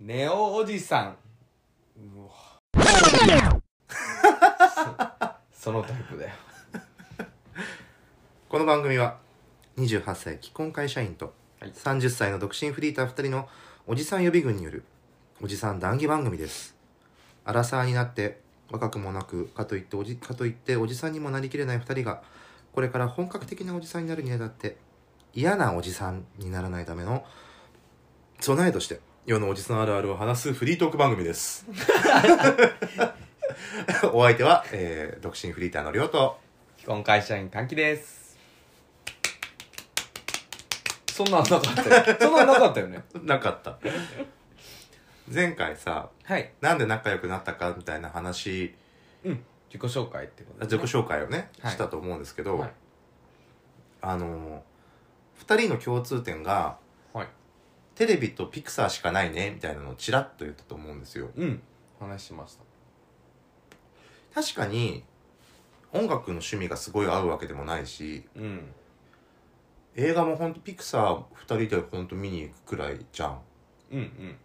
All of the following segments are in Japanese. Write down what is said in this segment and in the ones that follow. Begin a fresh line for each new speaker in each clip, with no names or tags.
ネオおじさんうわそ のタイプだよ
この番組は28歳既婚会社員と
はい
30歳の独身フリーター2人のおじさん予備軍によるおじさん談義番組ですアラサーになって若くもなくかといっておじかといっておじさんにもなりきれない2人がこれから本格的なおじさんになるにあたって嫌なおじさんにならないための備えとして世のおじさんあるあるを話すフリートーク番組です お相手は、えー独身フリーターのりょうと
既婚会社員歓喜ですそんなんなかった よそんなんなかったよね
なかった前回さ
はい
なんで仲良くなったかみたいな話
自己紹介ってこと
自己紹介をね、
はい
したと思うんですけど、
はい
あの2人の共通点が
はい
テレビとピクサーしかないねみたいなのをちらっと言ったと思うんですよ
うん話しました
確かに音楽の趣味がすごい合うわけでもないし
うん
映画もほんとピクサー2人でほんと見に行くくらいじゃん
うんうん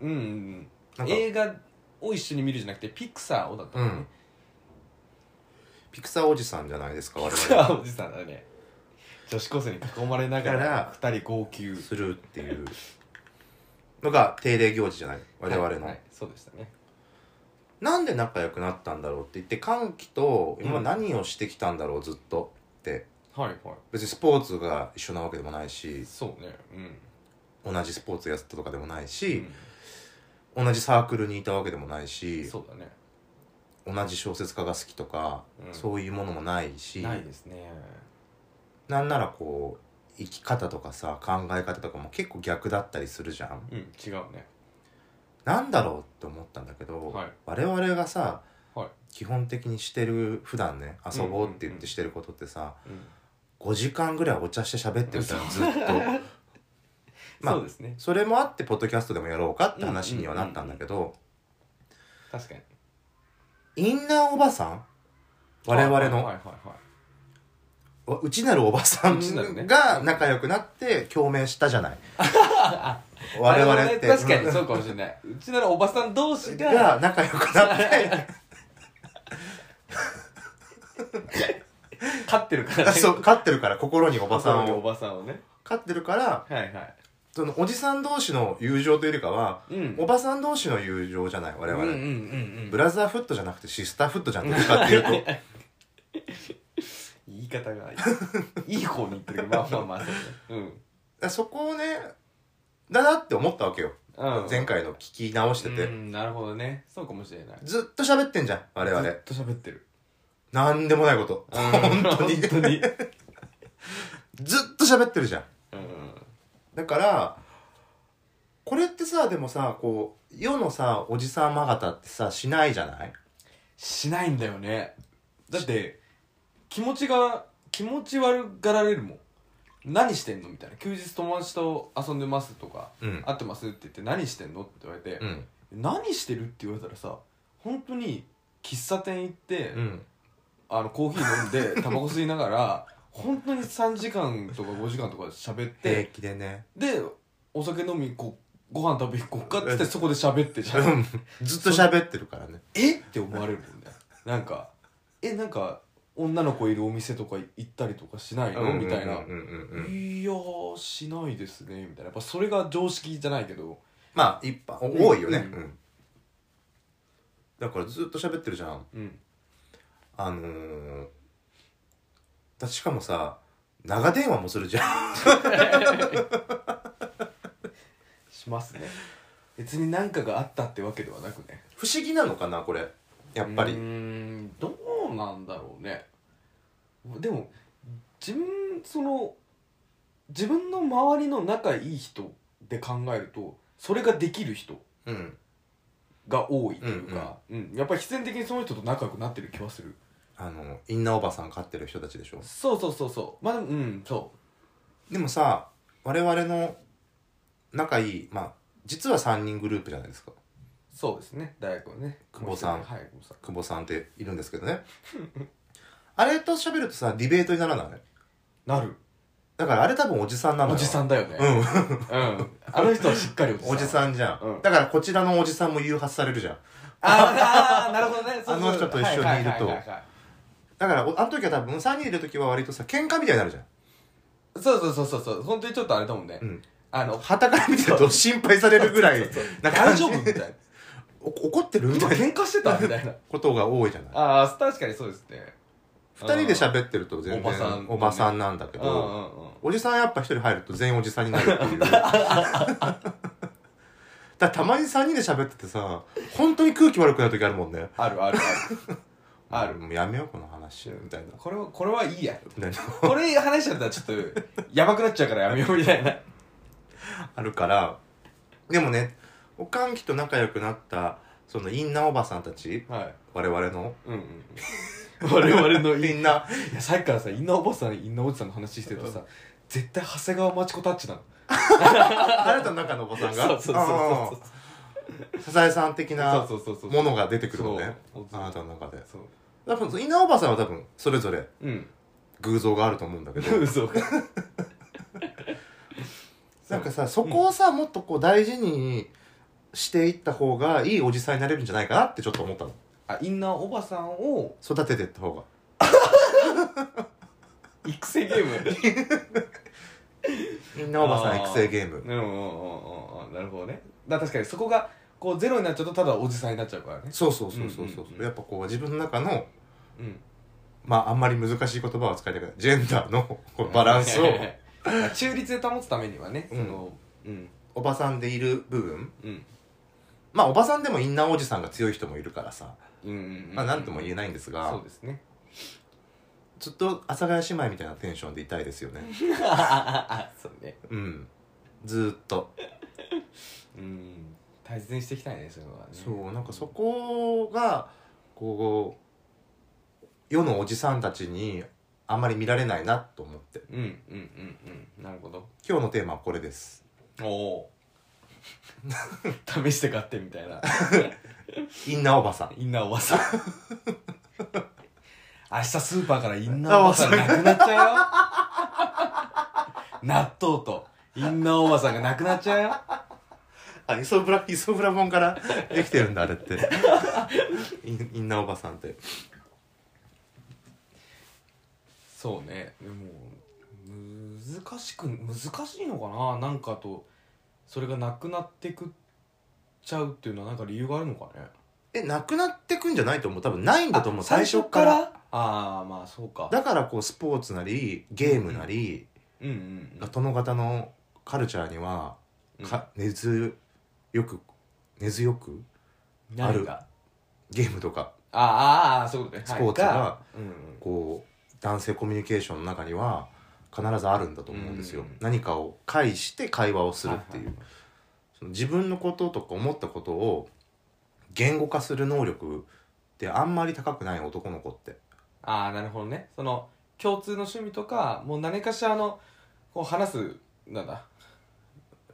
うんうん
なんか
映画を一緒に見るじゃなくてピクサーをだった
う
の
ん
ね、
ピクサーおじさんじゃないですか我
ピク
々
サーおじさんだね女子高生に囲まれなが
だ
ら
か
二人号泣
するっていうのが定例行事じゃない我々の、
はいはいそうでしたね
なんで仲良くなったんだろうって言って歓喜と今
うん
何をしてきたんだろうずっとって
はいはい
別にスポーツが一緒なわけでもないし
そうねうん
同じスポーツやってたとかでもないし、同じサークルにいたわけでもない
うん
し
そうだね
同じ小説家が好きとか、
うん
そういうものもないし
ないですね
なんならこう生き方とかさ考え方とかも結構逆だったりするじゃん。
うん違うね
なんだろうって思ったんだけど、
はい
我々がさ、
はい
基本的にしてる普段ね遊ぼうって言ってしてることってさ、
うん
5時間ぐらいお茶して喋ってるじゃんずっとまあ
そうですね
それもあってポッドキャストでもやろうかって話にはなったんだけど、
確かに
インナーおばさん我々の、
はいはいはいは
わうちなるおばさん
うちなるね
が仲良くなって共鳴したじ ゃない
い
我々
なる
っ
ほど
て
ね確かにそうかもしれ ないうちならおばさん同士
うん
が
が仲良くなって
勝ってるからね
そう飼ってるから心にお
お
ばさん
お
を
ばさんをね
飼ってるから
はいはい
そのおじさん同士の友情というよりかは
うん
おばさん同士の友情じゃない我々、
うんうんうんうん
ブラザーフットじゃなくてシスターフットじゃんどっちかっていう と
言い方がいいいい方に言ってるけどまあまあまあそうね
だからそこをねだなって思ったわけ
う
よ、
んうん
前回の聞き直してて、
うんなるほどねそうかもしれない
ずっと喋ってんじゃん我々
ずっと喋って る
なんでもないこと
うん
本当に
本当に
ずっと喋ってるじゃん
うん
だからこれってさでもさこう世のさおじさんまがたってさしないじゃない
しないんだよねだって気持ちが気持ち悪がられるもん何してんのみたいな休日友達と遊んでますとか
うん
会ってますって言って何してんのって言われて
う、ん
何してるって言われたらさ本当に喫茶店行って、
うん
あのコーヒー 飲んでタバコ吸いながら本当に3時間とか5時間とか喋っ
平
て
気でね
でお酒飲みこご飯食べ行こっかっつってそこで喋ってじゃん
うんずっと喋ってるからね
えって思われるもんねなんかえなんか女の子いるお店とか行ったりとかしないのみたいな
うんうんうんうんうん
いやーしないですねみたいなやっぱそれが常識じゃないけど
まあ一般多いよね、
うん
うんだからずっと喋ってるじゃん
うん
あのー、だしかもさ長電話もするじゃん
しますね別に何かがあったってわけではなくね
不思議なのかなこれやっぱ
うー
り
んどうなんだろうねでも自分その自分の周りの仲いい人で考えるとそれができる人
うん
が多いというか、うんやっぱり必然的にその人と仲良くなってる気はする
あのインナーおばさん飼ってる人たちでしょ
そうそうそうそうまあでもうんそ
でもさ我々の仲いいまあ実は3人グループじゃないですか
うそうですね大学はね
久保さん
はい久保さん
久保さんっているんで すけどねあれと喋るとさディベートにならない
なる
だだからあれ多分おじさんなのよ
おじさんだよね
う。ん
うん。あの人はしっかりおじさん。
おじさんじゃん、
うん
だからこちらのおじさんも誘発されるじゃん
あーあー、なるほどね。
あの人と一緒にいると
はいはいはいはいはい
だからおあの時は多分3人いる時は割とさ喧嘩みたいになるじゃん
そうそうそうそうそう。本当にちょっとあれだもんね。
うん
あの、
はたから見てると心配されるぐらい な感
大
じ
丈夫みたい な。
お怒ってるみ
今
たいな
喧嘩してたみたいな。
ことが多いじゃない
ああ、確かにそうですね。
2人で喋ってると
お
全然
ばさん
おばさんなんだけ
うんうん
ど、
うん。
おじさんやっぱ1人入ると全員おじさんになるって いうだからたまに3人で喋っててさ本当に空気悪くなる時あるもんね
あるあるある。ある。
もうやめようこの話みたい
これは、これはいいや。
な
これ話しちゃったらちょっと、やばくなっちゃうからやめようみたいな。
あるからでもねおかんきと仲良くなったそのインナおばさんたち
はい。
我々の
うんうんうん。我々のいい
インナ
いやさっきからさインナーおばさんインナーおじさんの話してるとさ絶対長谷川町子タッチなの
あなたの中のおばさんが
そうそうそうそう
うんサザエさん的な
そうそうそうそう
ものが出てくるのね
そう
あなたの中で
そう
多分インナおばさんは多分それぞれ
うん
偶像があると思うんだけど
嘘か
なんかさそこをさもっとこう大事にしていった方がいいおじさんになれるんじゃないかなってちょっと思ったの
あインナーおばさんを
育てていった方が
育成ゲーム
インナおばさん育成ゲー
う
ム
んうんうんうんうんなるほどねだから確かにそこがこうゼロになっちゃうとただおじさんになっちゃうからね
そうそうそうそうそ
う
う,、
んうんうん
やっぱこう自分の中の
うん
まああんまり難しい言葉は使いたくないジェンダー のこうバラ ンスを
中立で保つためにはねそのうん
おばさんでいる部分
うん
まあおばさんでもインナーおじさんが強い人もいるからさ
うんうん
まあ何とも言えないんですが、
そうですね
ずっと阿佐ヶ谷姉妹みたいなテンションでいたいですよね
そうね
うんずーっと
うん大切にしていきたいねそういうのはね
そうなんかそこがこう世のおじさんたちにあんまり見られないなと思って
うんうんうんうんなるほど
今日のテーマはこれです
おお 試して買ってみたいな
インナーおばさん
インナーおばさん明日スーパーからインナーおばさんなくなっちゃうよ納豆とインナーおばさんがなくなっちゃうよ
あイソブライソブラモンからできてるんだあれってインインナーおばさんって
そうねでも難しく難しいのかななんかとそれがなくなってくっちゃうっていうのはなんか理由があるのかね
えなくなってくんじゃないと思う多分ないんだと思う最初から
ああまあそうか
だからこうスポーツなりゲームなり、
うんうんうん
殿方のカルチャーにはか、根強く根強く
何
ある
が
ゲームとか
ああああそういうことね
スポーツが
はいうんうん
こう男性コミュニケーションの中には必ずあるんだと思うんですよ、
うん
何かを介して会話をするっていう、
はい
その自分のこととか思ったことを言語化する能力ってあんまり高くない男の子って
ああなるほどねその共通の趣味とかもう何かしらのこう話すなんだ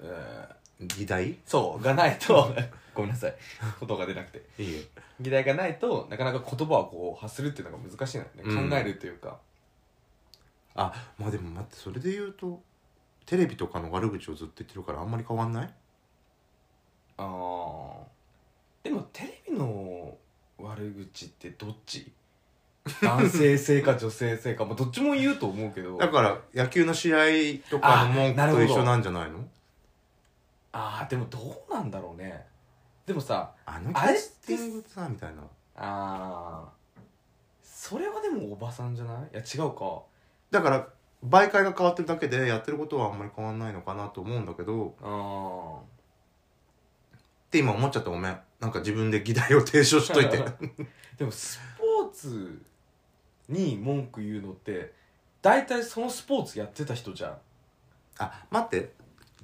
えー
議題
そうがないとごめんなさ い言葉が出なくて
いいよ
議題がないとなかなか言葉をこう発するっていうのが難しいのよね、
うん
考えるというか
あまあでも待ってそれで言うとテレビとかの悪口をずっと言ってるからあんまり変わんない
あーでもテレビの悪口ってどっ ち男性性か女性性か、まあ、どっちも言うと思うけど
だから野球の試合とかの文
あなる
句
ほ
と
ど
一緒なんじゃないの
ああでもどうなんだろうねでもさ
あのキ
あれ
ャ
って
スティングさみたいな
あーそれはでもおばさんじゃないいや違うか
だから媒介が変わってるだけでやってることはあんまり変わんないのかなと思うんだけど
あー
って今思っちゃったごめんなんか自分で議題を提唱しといて
でもスポーツに文句言うのって大体そのスポーツやってた人じゃん
あ待って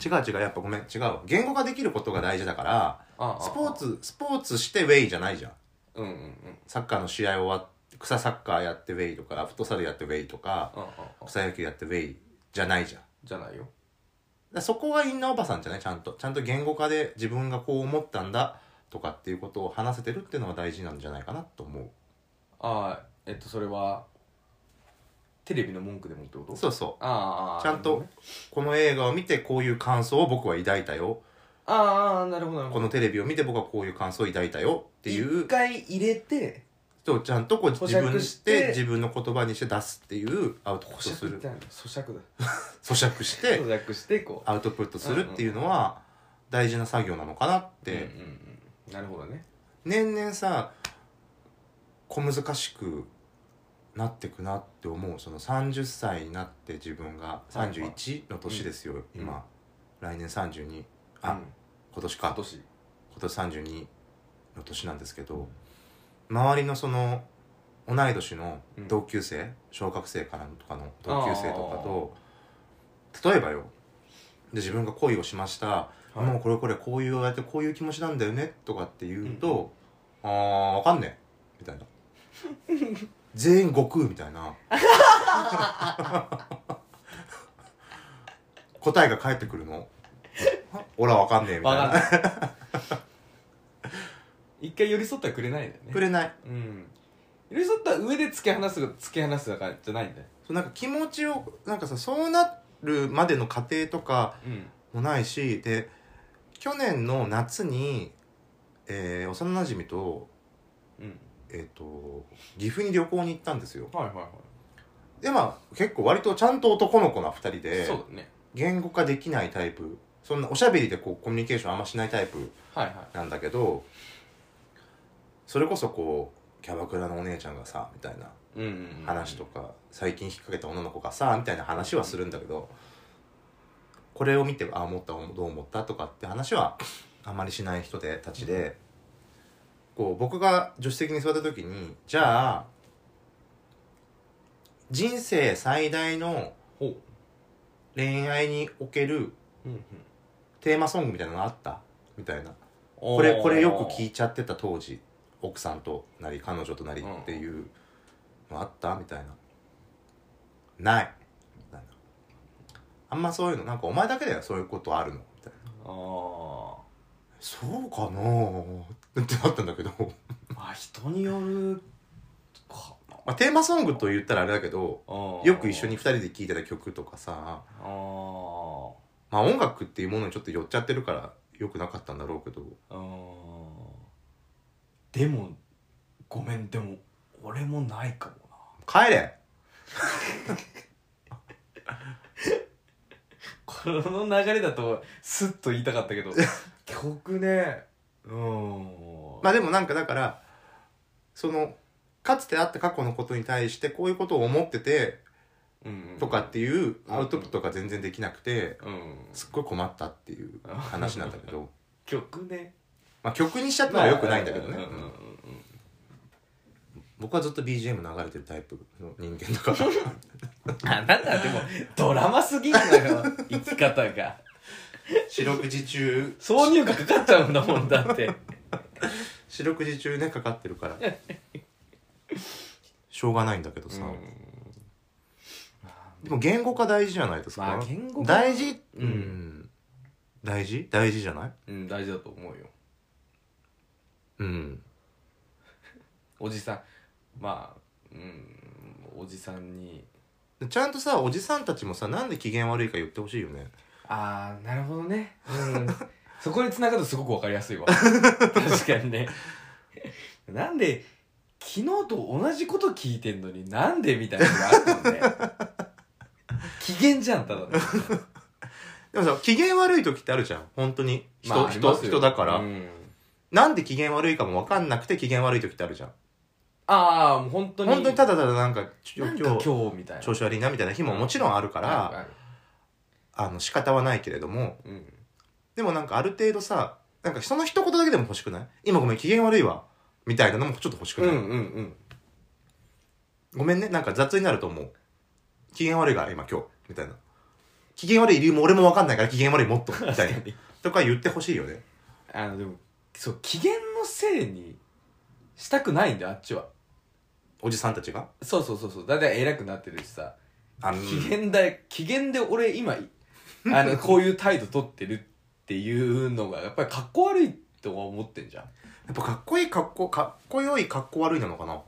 違う違うやっぱごめん違うわ言語化できることが大事だから
ああ
スポーツスポーツしてウェイじゃないじゃん
うんうんうん
サッカーの試合終わって草サッカーやってウェイとかフットサルやってウェイとか
ああああ
草野球やってウェイじゃないじゃんだか
じゃないよ
らそこがインナーおばさんじゃないちゃんとちゃんと言語化で自分がこう思ったんだとかっていうことを話せてるっていうのが大事なんじゃないかなと思う
ああえっとそれはテレビの文句でもってこと
そうそ
ああ
ちゃんとうこの映画を見てこういう感想を僕は抱いたよ
ああなるほどなるほ
こ
ど
のテレビを見て僕はこういう感想を抱いたよっていう
一回入れて
人をちゃんとこう自分
咀嚼
で
して
自分の言葉にして出すっていうアウトプット
咀
す
嚼み
る
たいな咀嚼だ
咀嚼して
咀嚼してこう
アウトプットするっていうのは大事な作業なのかなっ
うん
て
うんうん、なるほどね
年々さ小難しくなってくなって思うその30歳になって自分が
はいはい
31の年ですよ、
うん
今、来年32あ、
うん
今年
今
か
年
今年32の年なんですけど周りのその同い年の同級生、小学生からのとかの同級生とかと例えばよで自分が恋をしました、
はい
もうこれこれこういうやってこういう気持ちなんだよねとかって言うと、ああわかんねえみたいな全員悟空みたいな答えが返ってくるの俺はわかんねえみたい
わかん
な
ない一回寄り添ってはくれないんだよね
くれない
うん寄り添った上で突き放す突き放すだからじゃないんだよ
そうなんか気持ちをなんかさそうなるまでの過程とか
うん
もないしで去年の夏に、えー幼なじみと,、
うん
えー、と岐阜に旅行に行ったんですよ
はいはいはい、
でまあ結構割とちゃんと男の子な2人で
そうだね
言語化できないタイプそんなおしゃべりでこうコミュニケーションあんましないタイプ
はいはい
なんだけどそれこそこうキャバクラのお姉ちゃんがさみたいな
うんうんうん
話とか、最近引っ掛けた女の子がさみたいな話はするんだけど、これを見てああ思ったどう思ったとかって話はあんまりしない人でたちで、こう僕が助手席に座った時にじゃあ人生最大の
ほう
恋愛における
うんうん
テーマソングみたいなのあったみたいな
こ
これこれよく聞いちゃってた当時奥さんとなり彼女となりっていうのあったみたいなないみたいなあんまそういうのなんかお前だけだよそういうことあるのみたいな
あ
そうかなーってなったんだけど、
あまあ人によるかな
まあ、テーマソングと言ったらあれだけどよく一緒に2人で聴いてた曲とかさ
あー
まあ音楽っていうものにちょっと寄っちゃってるからよくなかったんだろうけど
あーでもごめんでも俺もないかもな
帰れ
この流れだとスッと言いたかったけ ど曲ねうん
まあでもなんかだからそのかつてあった過去のことに対してこういうことを思ってて
うんうん
とかっていうアウトプットが全然できなくて
うん
すっごい困ったっていう話なんだけ ど
曲ね
まあ曲にしちゃったらよくないんだけどね
うう
うん
うんうん
ん僕はずっと BGM 流れてるタイプの人間だから
あなんだでもドラマすぎんのよ生き方が
四六時中
挿入歌かかっちゃうんだもんだって
四六時中ねかかってる からしょうがないんだけどさ、でも言語化大事じゃないですか、
まあ言語化
大事
うん
うん、大事大事じゃない
うん大事だと思うよ
うん
おじさんまあうんおじさんに
でちゃんとさおじさんたちもさなんで機嫌悪いか言ってほしいよね
ああなるほどねうん そこに繋がるとすごくわかりやす いわ確かにねなんで昨日と同じこと聞いてんのになんでみたいなのがあったんね 機嫌じゃんただの
でもさ機嫌悪い時ってあるじゃん本当に人、
まあありま
人
すよ
人だから、
うん
なんで機嫌悪いかも分かんなくて機嫌悪い時ってあるじゃん
ああもう本当に
本当にただただなんかちょ
なんか
今日
今日みたいな
調子悪いなみたいな日ももちろんあるから、
ある
あの仕方はないけれども
あるうん
でもなんかある程度さなんかその一言だけでも欲しくない今ごめん機嫌悪いわみたいなのもちょっと欲しく
う
ない、
んうんうん
ごめんねなんか雑になると思う機嫌悪いが今今日みたいな機嫌悪い理由も俺も分かんないから機嫌悪いもっとみたい な
確かに
とか言ってほしいよね
あのでもそう機嫌のせいにしたくないんだよあっちは
おじさんたちが
そうそうそうそうだって偉くなってるしさ
あの
機嫌だ機嫌で俺今 いあのこういう態度取ってるっていうのがやっぱりかっこ悪いとは思ってんじゃん
やっぱかっこいいかっこかっこよいかっこ悪いなのかな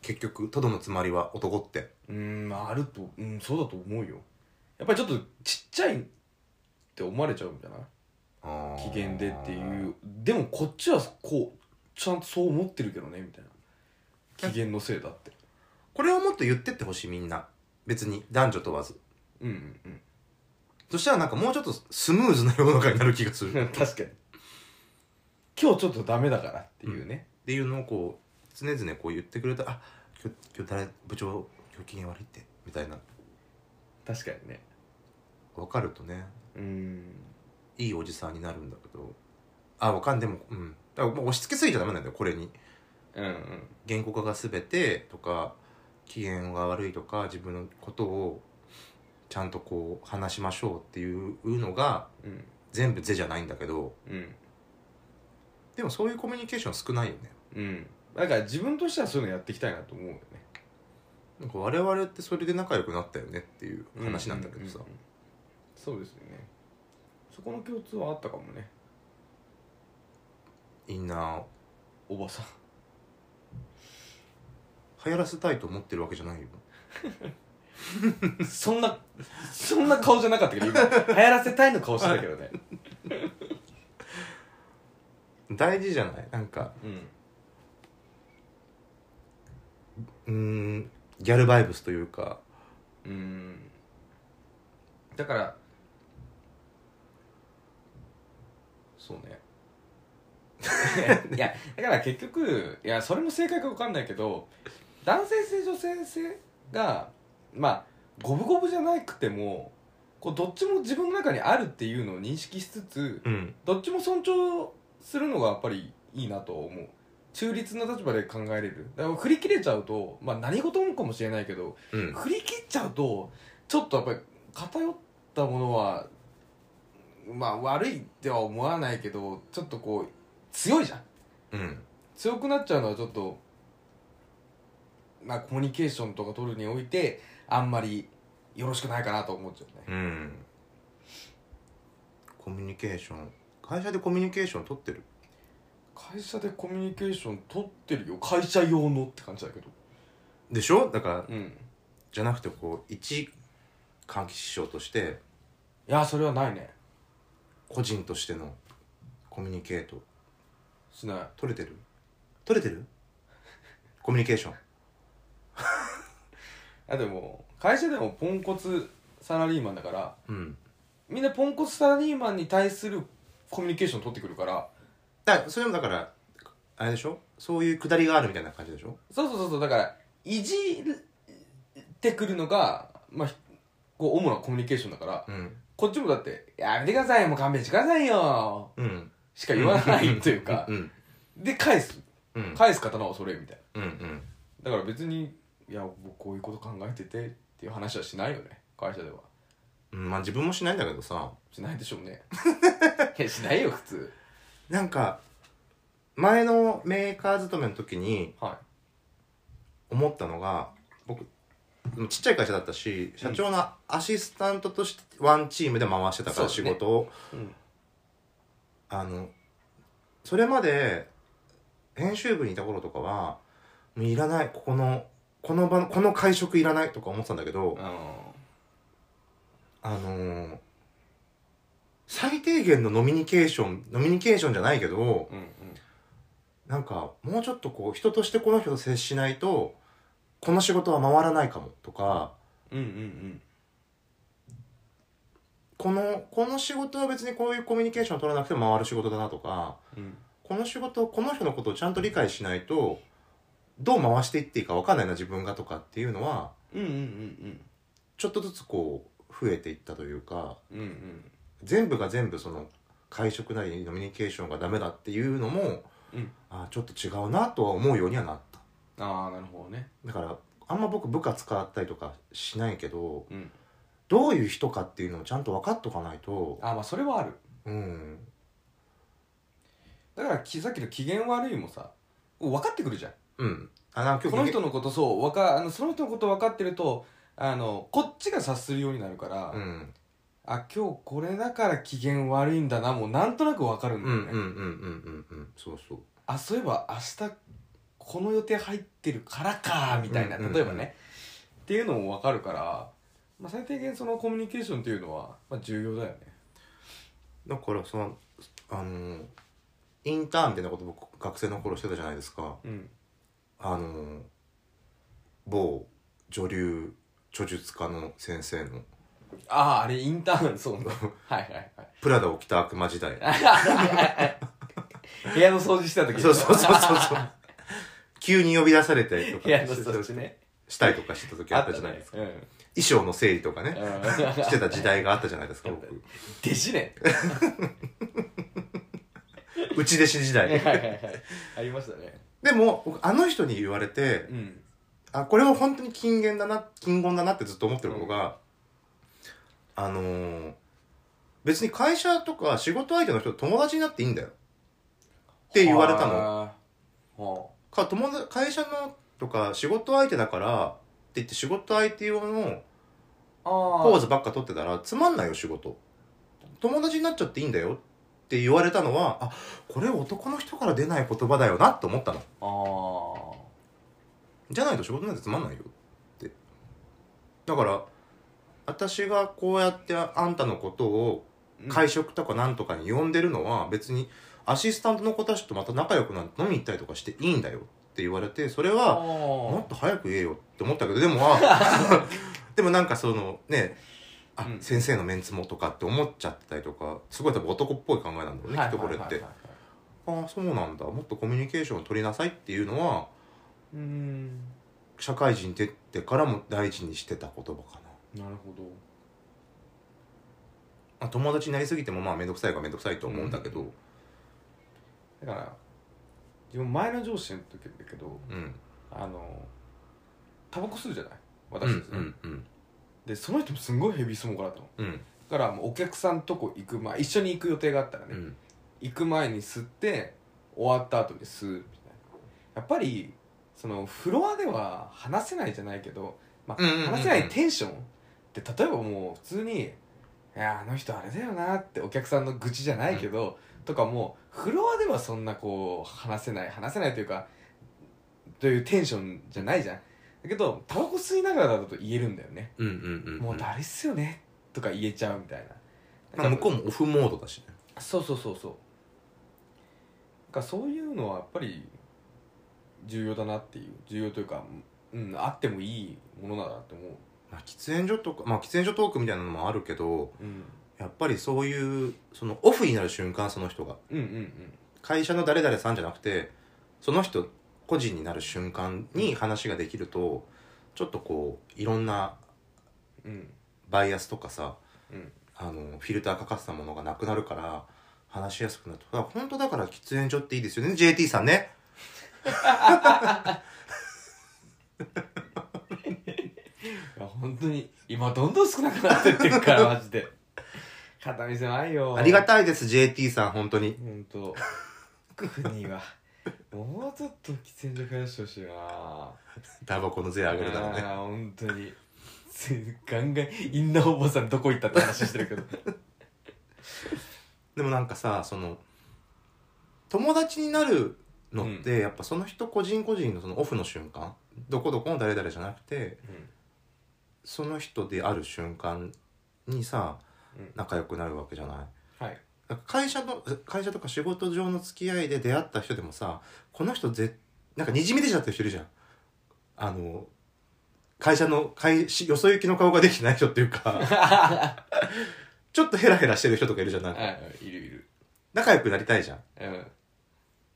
結局とどのつまりは男って
うんあるとうんそうだと思うよやっぱりちょっとちっちゃいって思われちゃうんじゃない機嫌でっていうでもこっちはこうちゃんとそう思ってるけどねみたいな機嫌のせいだって
これをもっと言ってってほしいみんな別に男女問わず
うんうん
そしたらなんかもうちょっとスムーズな世の中になる気 がす
う
る
ん確かに今日ちょっとダメだからっていうね、
っていうのをこう常々こう言ってくれたあ今日今日誰部長今日機嫌悪いってみたいな
確かにね
分かるとね
うん
いいおじさんになるんだけどあ分かんでもうんだからもう押し付けすぎちゃダメなんだよこれに
うんうん
言語化が全てとか機嫌が悪いとか自分のことをちゃんとこう話しましょうっていうのが
うん
全部「是じゃないんだけど
うん
でもそういうコミュニケーション少ないよね
うんだから自分としてはそういうのやっていきたいなと思うよね
なんか我々ってそれで仲良くなったよねっていう話なんだけどさ
う、んうんうんそうですよねそこの共通はあったかもね
インナー
おばさん
流行らせたいと思ってるわけじゃないよ
そんな、そんな顔じゃなかったけど、今、流行らせたいの顔してたけどね。
大事じゃないなんか
うん。
うーんギャルバイブスというか
うん。だから、そうね。 いや、だから結局、いや、それも正解かわかんないけど、男性性女性性が、まあ、五分五分じゃなくても、こう、どっちも自分の中にあるっていうのを認識しつつ、
うん
どっちも尊重するのがやっぱりいいなとは思う中立な立場で考えれるだから振り切れちゃうと、まあ、何事もかもしれないけど
うん
振り切っちゃうとちょっとやっぱり偏ったものはまあ悪いっては思わないけどちょっとこう強いじゃん
うん
強くなっちゃうのはちょっとまあコミュニケーションとか取るにおいてあんまりよろしくないかなと思っちゃうね
うんコミュニケーション会社でコミュニケーション取ってる
会社でコミュニケーション取ってるよ会社用のって感じだけど
でしょだから
うん
じゃなくてこう一換気師匠として
いやそれはないね
個人としてのコミュニケート
しない
取れてる取れてるコミュニケーション
あでも会社でもポンコツサラリーマンだから
うん
みんなポンコツサラリーマンに対するコミュニケーション取ってくるから
だそれもだからあれでしょそういうくだりがあるみたいな感じでしょ
そうそうそうそうだからいじってくるのがまあひこう主なコミュニケーションだから
うん
こっちもだって「やめてくださいもう勘弁してくださいよ
うん」
しか言わないというか
うん
で返す
うん
返す方のはそれみたい
うんうん
なだから別に「いや僕こういうこと考えてて」っていう話はしないよね会社では
うんまあ自分もしないんだけどさ
しないでしょう ねいやしないよ普通
なんか前のメーカー勤めの時に
は
思ったのが僕ちっちゃい会社だったし社長のアシスタントとしてワンチームで回してたから
そ
仕
うね
事を、
い、うん、
あのそれまで編集部にいた頃とかはもういらないここのこの場のこの会食いらないとか思ってたんだけど、あのー最低限のノミニケーションノミニケーションじゃないけど
うんうん
なんかもうちょっとこう人としてこの人と接しないとこの仕事は回らないかもとか
うんうん
このこの仕事は別にこういうコミュニケーションを取らなくても回る仕事だなとか
うん
この仕事この人のことをちゃんと理解しないとどう回していっていいか分かんないな自分がとかっていうのは
うんうんうん
ちょっとずつこう増えていったというか
うんうんうん
全部が全部その会食なりノミニケーションがダメだっていうのも、
うん
あちょっと違うなとは思うようにはなった
ああなるほどね
だからあんま僕部下使ったりとかしないけど
うん
どういう人かっていうのをちゃんと分かっとかないと
あーまあそれはある
うん
だからきさっきの機嫌悪いもさ分かってくるじゃん
うんあなんか
こ
今
の
日
人のことそうわかあのその人のこと分かってるとあのこっちが察するようになるから、
うん
あ今日これだから機嫌悪いんだなもうなんとなく分かるん
うん
だよね、
うんうんうんうんうんうんそうそう
あそういえば明日この予定入ってるからかみたいな
うんうんうん
例えばね、っていうのも分かるから、まあ、最低限そのコミュニケーションっていうのは、まあ、重要だよね
だからそのあのインターンみたいなこと僕学生の頃してたじゃないですか
うん
あの某女流著述家の先生の
あああれインターン そうだはいはいはい
「プラダを着た悪魔時代」
部屋の掃除してた時
そうそうそうそ うそう急に呼び出されたりとか
部屋の掃除ね
したりとかしてた時あったじゃないですか、
か、うん
衣装の整理とかね
うん
してた時代があったじゃないですか 僕
弟子ね
うち弟子時
はい
代
はいはいありましたね
でも僕あの人に言われて
うん
あこれは本当に金言だな金言だなってずっと思ってるのが、あのー別に会社とか仕事相手の人と友達になっていいんだよって言われたの
あーは
か友達会社のとか仕事相手だからって言って仕事相手用の
ああ
ポーズばっか取ってたらつまんないよ仕事友達になっちゃっていいんだよって言われたのはあこれ男の人から出ない言葉だよなって思ったの
あー
じゃないと仕事なんてつまんないよってだから私がこうやってあんたのことを
うん
会食とかなんとかに呼んでるのは別にアシスタントの子たちとまた仲良くなって飲み行ったりとかしていいんだよって言われてそれ
あ
はも
ー
っと早く言えよって思ったけどでも あでもなんかそのねあ、
うん
先生のメンツもとかって思っちゃったりとかすごい多分男っぽい考えなんだろうねきっとこれって、
はいはいはいはい
ああそうなんだもっとコミュニケーションを取りなさいっていうのは
うーん
社会人出てからも大事にしてた言葉かな、
なるほど
まあ、友達になりすぎてもまあ面倒くさいか面倒くさいと思うんだけど
だから自分前の上司の時だけど
うん
あのタバコ吸うじゃない
うんう
私たちね、
んうん
でその人もすんごいヘビースモーカーだったの
うん
だからもうお客さんとこ行く前一緒に行く予定があったらね、
うん
行く前に吸って終わった後に吸うみたいなやっぱりそのフロアでは話せないじゃないけど、まあ
うんうんうんうん
話せないテンションって例えばもう普通に「いやあの人あれだよな」ってお客さんの愚痴じゃないけど、とかもうフロアではそんなこう話せない話せないというかというテンションじゃないじゃんだけどタバコ吸いながらだと言えるんだよね、
うんうんうん
もうだれっすよねとか言えちゃうみたいな
まあ向こうもオフモードだしね
そうそうそうそうなんかそういうのはやっぱり重要だなっていう重要というかうんあってもいいものだなって思
まあ喫煙所とかまあ喫煙所トークみたいなのもあるけど
う、うん、
やっぱりそういうそのオフになる瞬間その人が
うんうん
会社の誰々さんじゃなくてその人個人になる瞬間に話ができるとちょっとこういろんな
うんうん
バイアスとかさ
うん
あのフィルターかかってたものがなくなるから話しやすくなってだから本当だから喫煙所っていいですよね JT さんね
いや本当に今どんどん少なくなってってるから マジで片見せないよ
ありがたいです JT さん本当に
本当国はもうちょっと喫煙所増やしてほしいな
タバコの税上げるだろうね
あー本当につガンガンインナーおばさんどこ行ったって話してるけど
でもなんかさその友達になるのって、やっぱその人個人個人のそのオフの瞬間どこどこの誰々じゃなくてその人である瞬間にさ
うん、うん、
仲良くなるわけじゃな い
はい
だから会社の会社とか仕事上の付き合いで出会った人でもさこの人ぜなんかにじみ出ちゃってる人いるじゃんあの会社の会しよそ行きの顔ができてない人っていうか ちょっとヘラヘラしてる人とかいるじゃんなんか
はいいるいる
仲良くなりたいじゃん
うん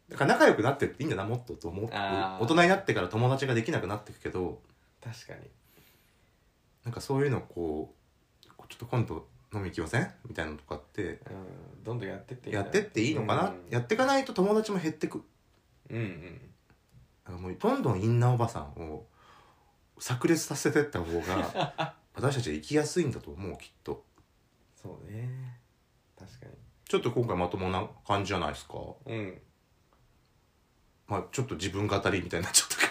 だから仲良くなってっていいんだなもっとと思う
あー
大人になってから友達ができなくなってくけど
確かに
なんかそういうのこうこうちょっと今度飲み行きませんみたいなのとかって
うんどんどんやってっていいん
や
だ
ってっていいのかな、
うん、
やっていかないと友達も減ってく
うんうん
なんかもうどんどんインナーおばさんを炸裂させてった方が 私たちは生きやすいんだと思うきっと
そうね確か
ちょっと今回まともな感じじゃないですか
にうん
まあちょっと自分語りみたいになっちゃったけ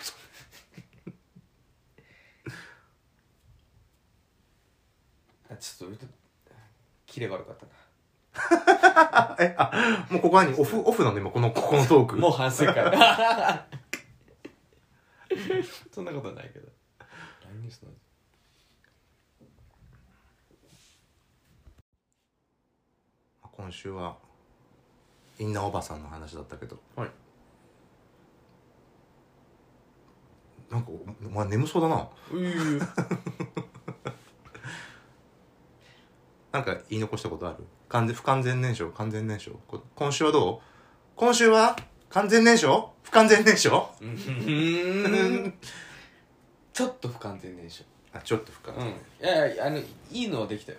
ど
あちょっとキレが悪かった
あ えあもうここは何オフオフなんで今このここのトーク
なもう反省会そんなことはないけど LINE ニュースの
今週はインナーおばさんの話だったけど
はい
なんかおお前眠そうだな
ういう
なんか言い残したことある完全不完全燃焼完全燃焼こ今週はどう今週は完全燃焼不完全燃焼
うん ちょっと不完全燃焼
あちょっと不完
う
全、
んいやいやあのいいのはできたよ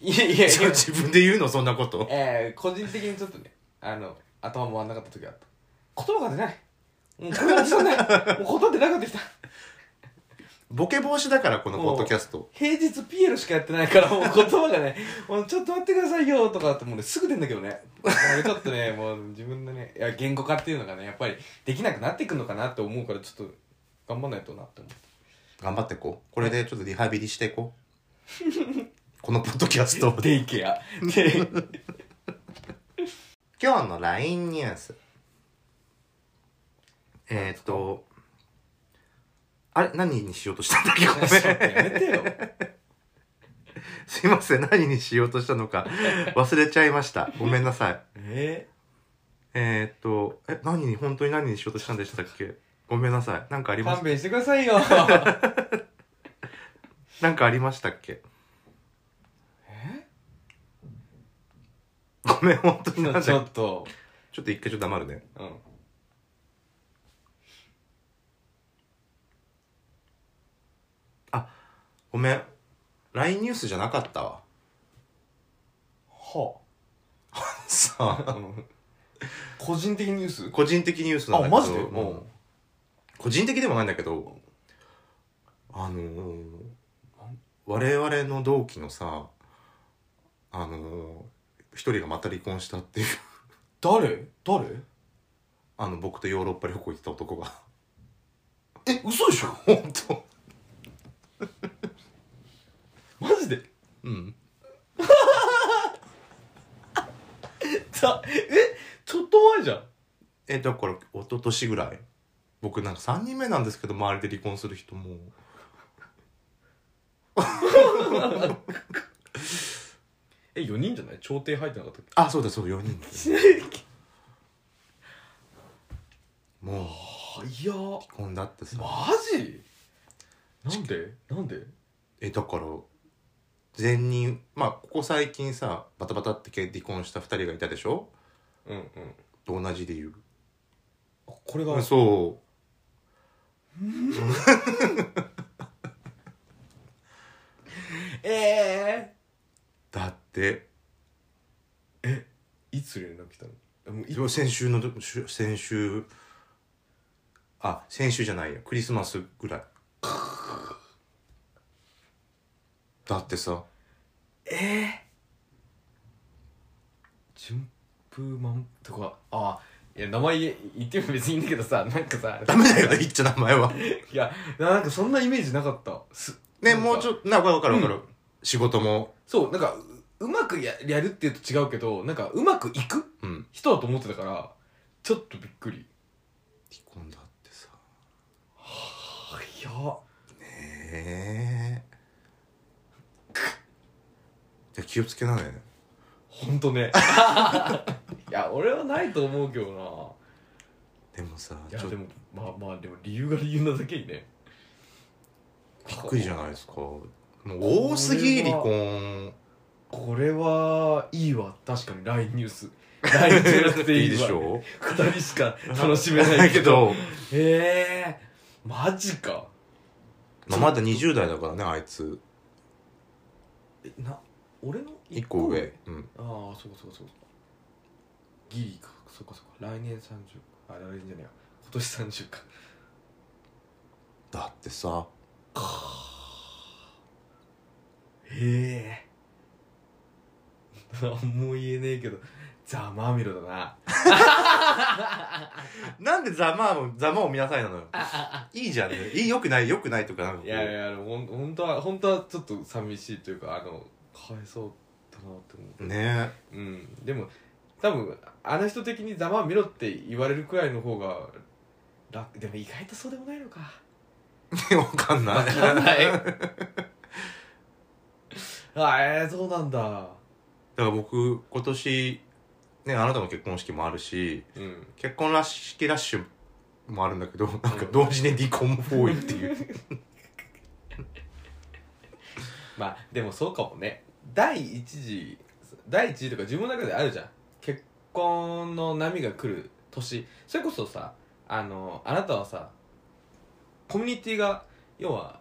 いやいやい
ちょ
や
自分で言うのそんなこと
えー、個人的にちょっとねあの頭回んなかった時があった言葉が出ないもうこれはそんない もう言葉出なくなってきた
ボケ防止だからこのポッドキャスト
平日ピエロしかやってないからもう言葉がね「もうちょっと待ってくださいよ」とかってもうねすぐ出んだけどねなんかちょっとねもう自分のねいや言語化っていうのがねやっぱりできなくなっていくのかなって思うからちょっと頑張んないとなって思う
頑張っていこうこれでちょっとリハビリしていこ うこのポッドキャストを
デイケアで
今日の LINE ニュースえー、っとあれ何にしようとしたんだっけご めん
やめてよ
すいません何にしようとしたのか忘れちゃいましたごめんなさい
え
えー、っとえ何に本当に何にしようとしたんでしたっけごめんなさいなんかあり
ー、
ます
勘弁してくださいよ
なんかありましたっけ
え
ごめん本当になんだっけ
ちょっと
ちょっと一回ちょっと黙るね
うん
ごめん LINE ニュースじゃなかったわ
は
さ
あ、 うん個人的ニュース
個人的ニュースなんだけど
あマジで
うん
うん
個人的でもないんだけどあのー、我々の同期のさあのー、一人がまた離婚したっていう
誰誰
あの僕とヨーロッパ旅行行った男が
え嘘でしょ
本当
マジで
うん
さえちょっと前じゃん
えだから一昨年ぐらい僕なんか3人目なんですけど周りで離婚する人も
え4人じゃない朝廷入ってなかったっ
あそうだそう4人
け
もう
いや
離婚だってさ
マジなんでなんで
えだから前任まあここ最近さバタバタって離婚した2人がいたでしょ
うんうん
と同じ理由
これが
そう
え
だって
えいつ連絡来たのえもうい
でも先週のどしゅ先週あ先週じゃないやクリスマスぐらいだってさ
順風満とかあいや名前言え言っても別にいいんだけどさ なんかさ
ダメだよ言っちゃ名前はい
やなんかそんなイメージなかったす
ね
なんか
もうちょっとな分かる分かる、仕事も
そうなんかううまくややるっていうと違うけどなんかうまくいく
うん
人だと思ってたからちょっとびっくり
離婚だってさ
あいや
へえじゃ気をつけなね
ほんと ねいや俺はないと思うけど
でもさ
な
ち
いや
ょっ
で
と
もまあまあでも理由が理由なだけにね
びっくりじゃないですかもう多すぎ離婚
これはいいわ確かに LINE ニュー ス LINE じゃなくていい
で
わ
しょ
2人しか楽しめない けどへえマジか
まあ、まだ20代だからねあいつ
えな俺の
1個上うん
ああそうかそうかそうかギリかそうかそうか来年30あ来年じゃねえや今年30か
だってさ
へえ何も言えねえけどざまみろだな
なんでざまあをざまを見なさいなのよいいじゃんねいいよくないよくないとかなんかこう
いやいやあのほん本当は本当はちょっと寂しいというかあのかわいそうだなって思
ね
ううんでも多分あの人的にざまみろって言われるくらいの方がらでも意外とそうでもないのか
わかんない
わかんない あえー、そうなんだ
だから僕今年ねあなたの結婚式もあるし
うん
結婚らしきラッシュもあるんだけどなんか
うん
同時に離婚も多いっていう
まあでもそうかもね第一次第一次とか自分の中であるじゃん結婚の波が来る年それこそさあのあなたはさコミュニティが要は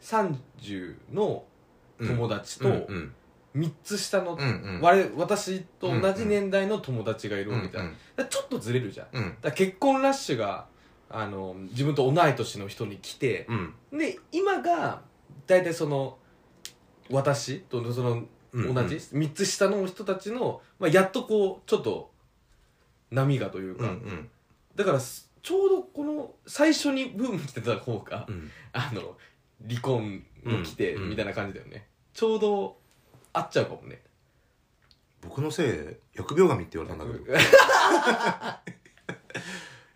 30の友達と
うんうん
3つ下の、
うんうん
我私と同じ年代の友達がいるみたいな、だ
う
か
ん
らちょっとずれるじゃんだか
うん
ら結婚ラッシュがあの自分と同い年の人に来て、
うん
で今が大体その私とその
うん
同じ、3つ下の人たちの、まあ、やっとこうちょっと波がという
う
か、
んうん
だからすちょうどこの最初にブーム来てた方が、
うん
あの離婚の来て
うん
みたいな感じだよね、ちょうど合っちゃうかもね
僕のせいで疫病神って言われたんだけ ど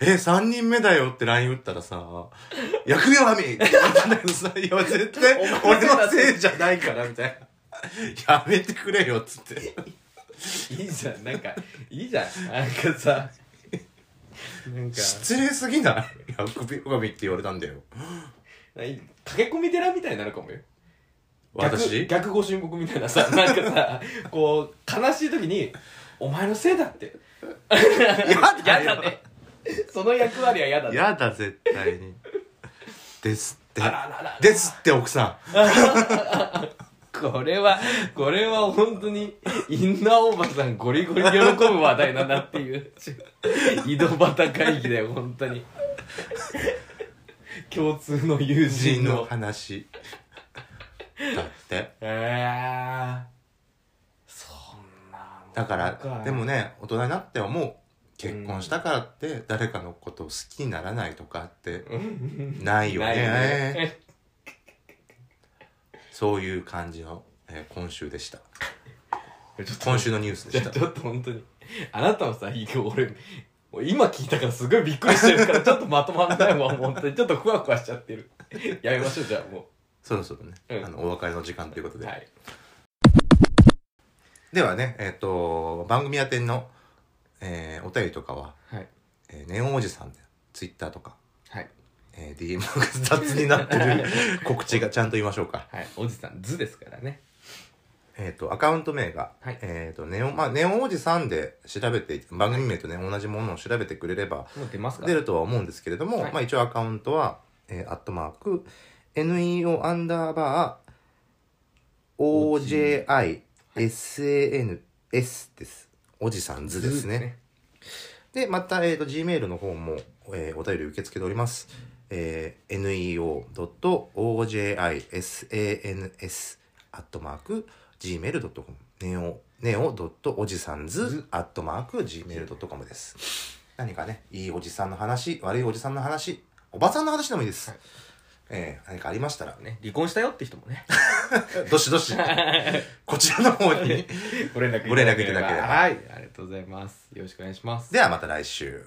え3人目だよって LINE 打ったらさ 「疫病神!」って言われたんだけどさ「いや絶 対俺のせいじゃないから」みたいな「やめてくれよ」っつって
いいじゃんなんかいいじゃんなんか さなんか
失礼すぎない 疫病神って言われたんだよ
何駆け込み寺みたいになるかもよ
私
逆逆ご神木みたいなさ なんかさこう悲しい時に「お前のせいだ」って
や
やだね その役割は嫌だね
やだ絶対にですって
あららら
ですって奥さ
これはこれは本当にインナーおばさんゴリゴリ喜ぶ話題だなっていう 井戸端会議だよ本当に共通の友
ん人
人
の
の
話だって
えー、そんなもん
だからでも
ね
ね大人になって思う結婚したからって誰かのことを好きにならないとかってないよね
ないよね
そういう感じの、えー今週で した
ちょっと
今週のニュース
じ
で
ゃ
し
あ
た
ちょっと本当にあなたもさいいよ俺俺今聞いたからすごいびっくりしてる からちょっとまとまらないわ本当にちょっとふわふわしちゃってるやめましょうじゃあも
そろそろね、
うん
あのお別れの時間ということ
う
で、
はい
ではねえっ、と番組宛ての、えーお便りとかは、
はい
えーネオンおじさんでツイッターとか、
はい
えー DM が雑になっ てる告知がちゃんと言いましょうか
はいおじさん図ですからね
えっ、と、アカウント名が、
はい
えっ、と、ネオ、まあ、ネオおじさんで調べて、番組名とね、同じものを調べてくれれば
もう出ますか
出るとは思うんですけれども、
はい
まあ一応アカウントは、えーアットマーク、NEO アンダーバー、OJISANS です。おじさん図ですね。で、また、えっ、と、Gmail の方も、えーお便り受け付けております。えー、neo.ojisans.gmail.com ネオ、ネオ .ojisanz.gmail.com です。何かね、いいおじさんの話、悪いおじさんの話、おばさんの話でもいいです。
はい
えー何かありましたら、
ね離婚したよって人もね
どしど し、こちらの方に。
ご連絡
ご連絡いただければ
はいありがとうございますよろしくお願いします
ではまた来週。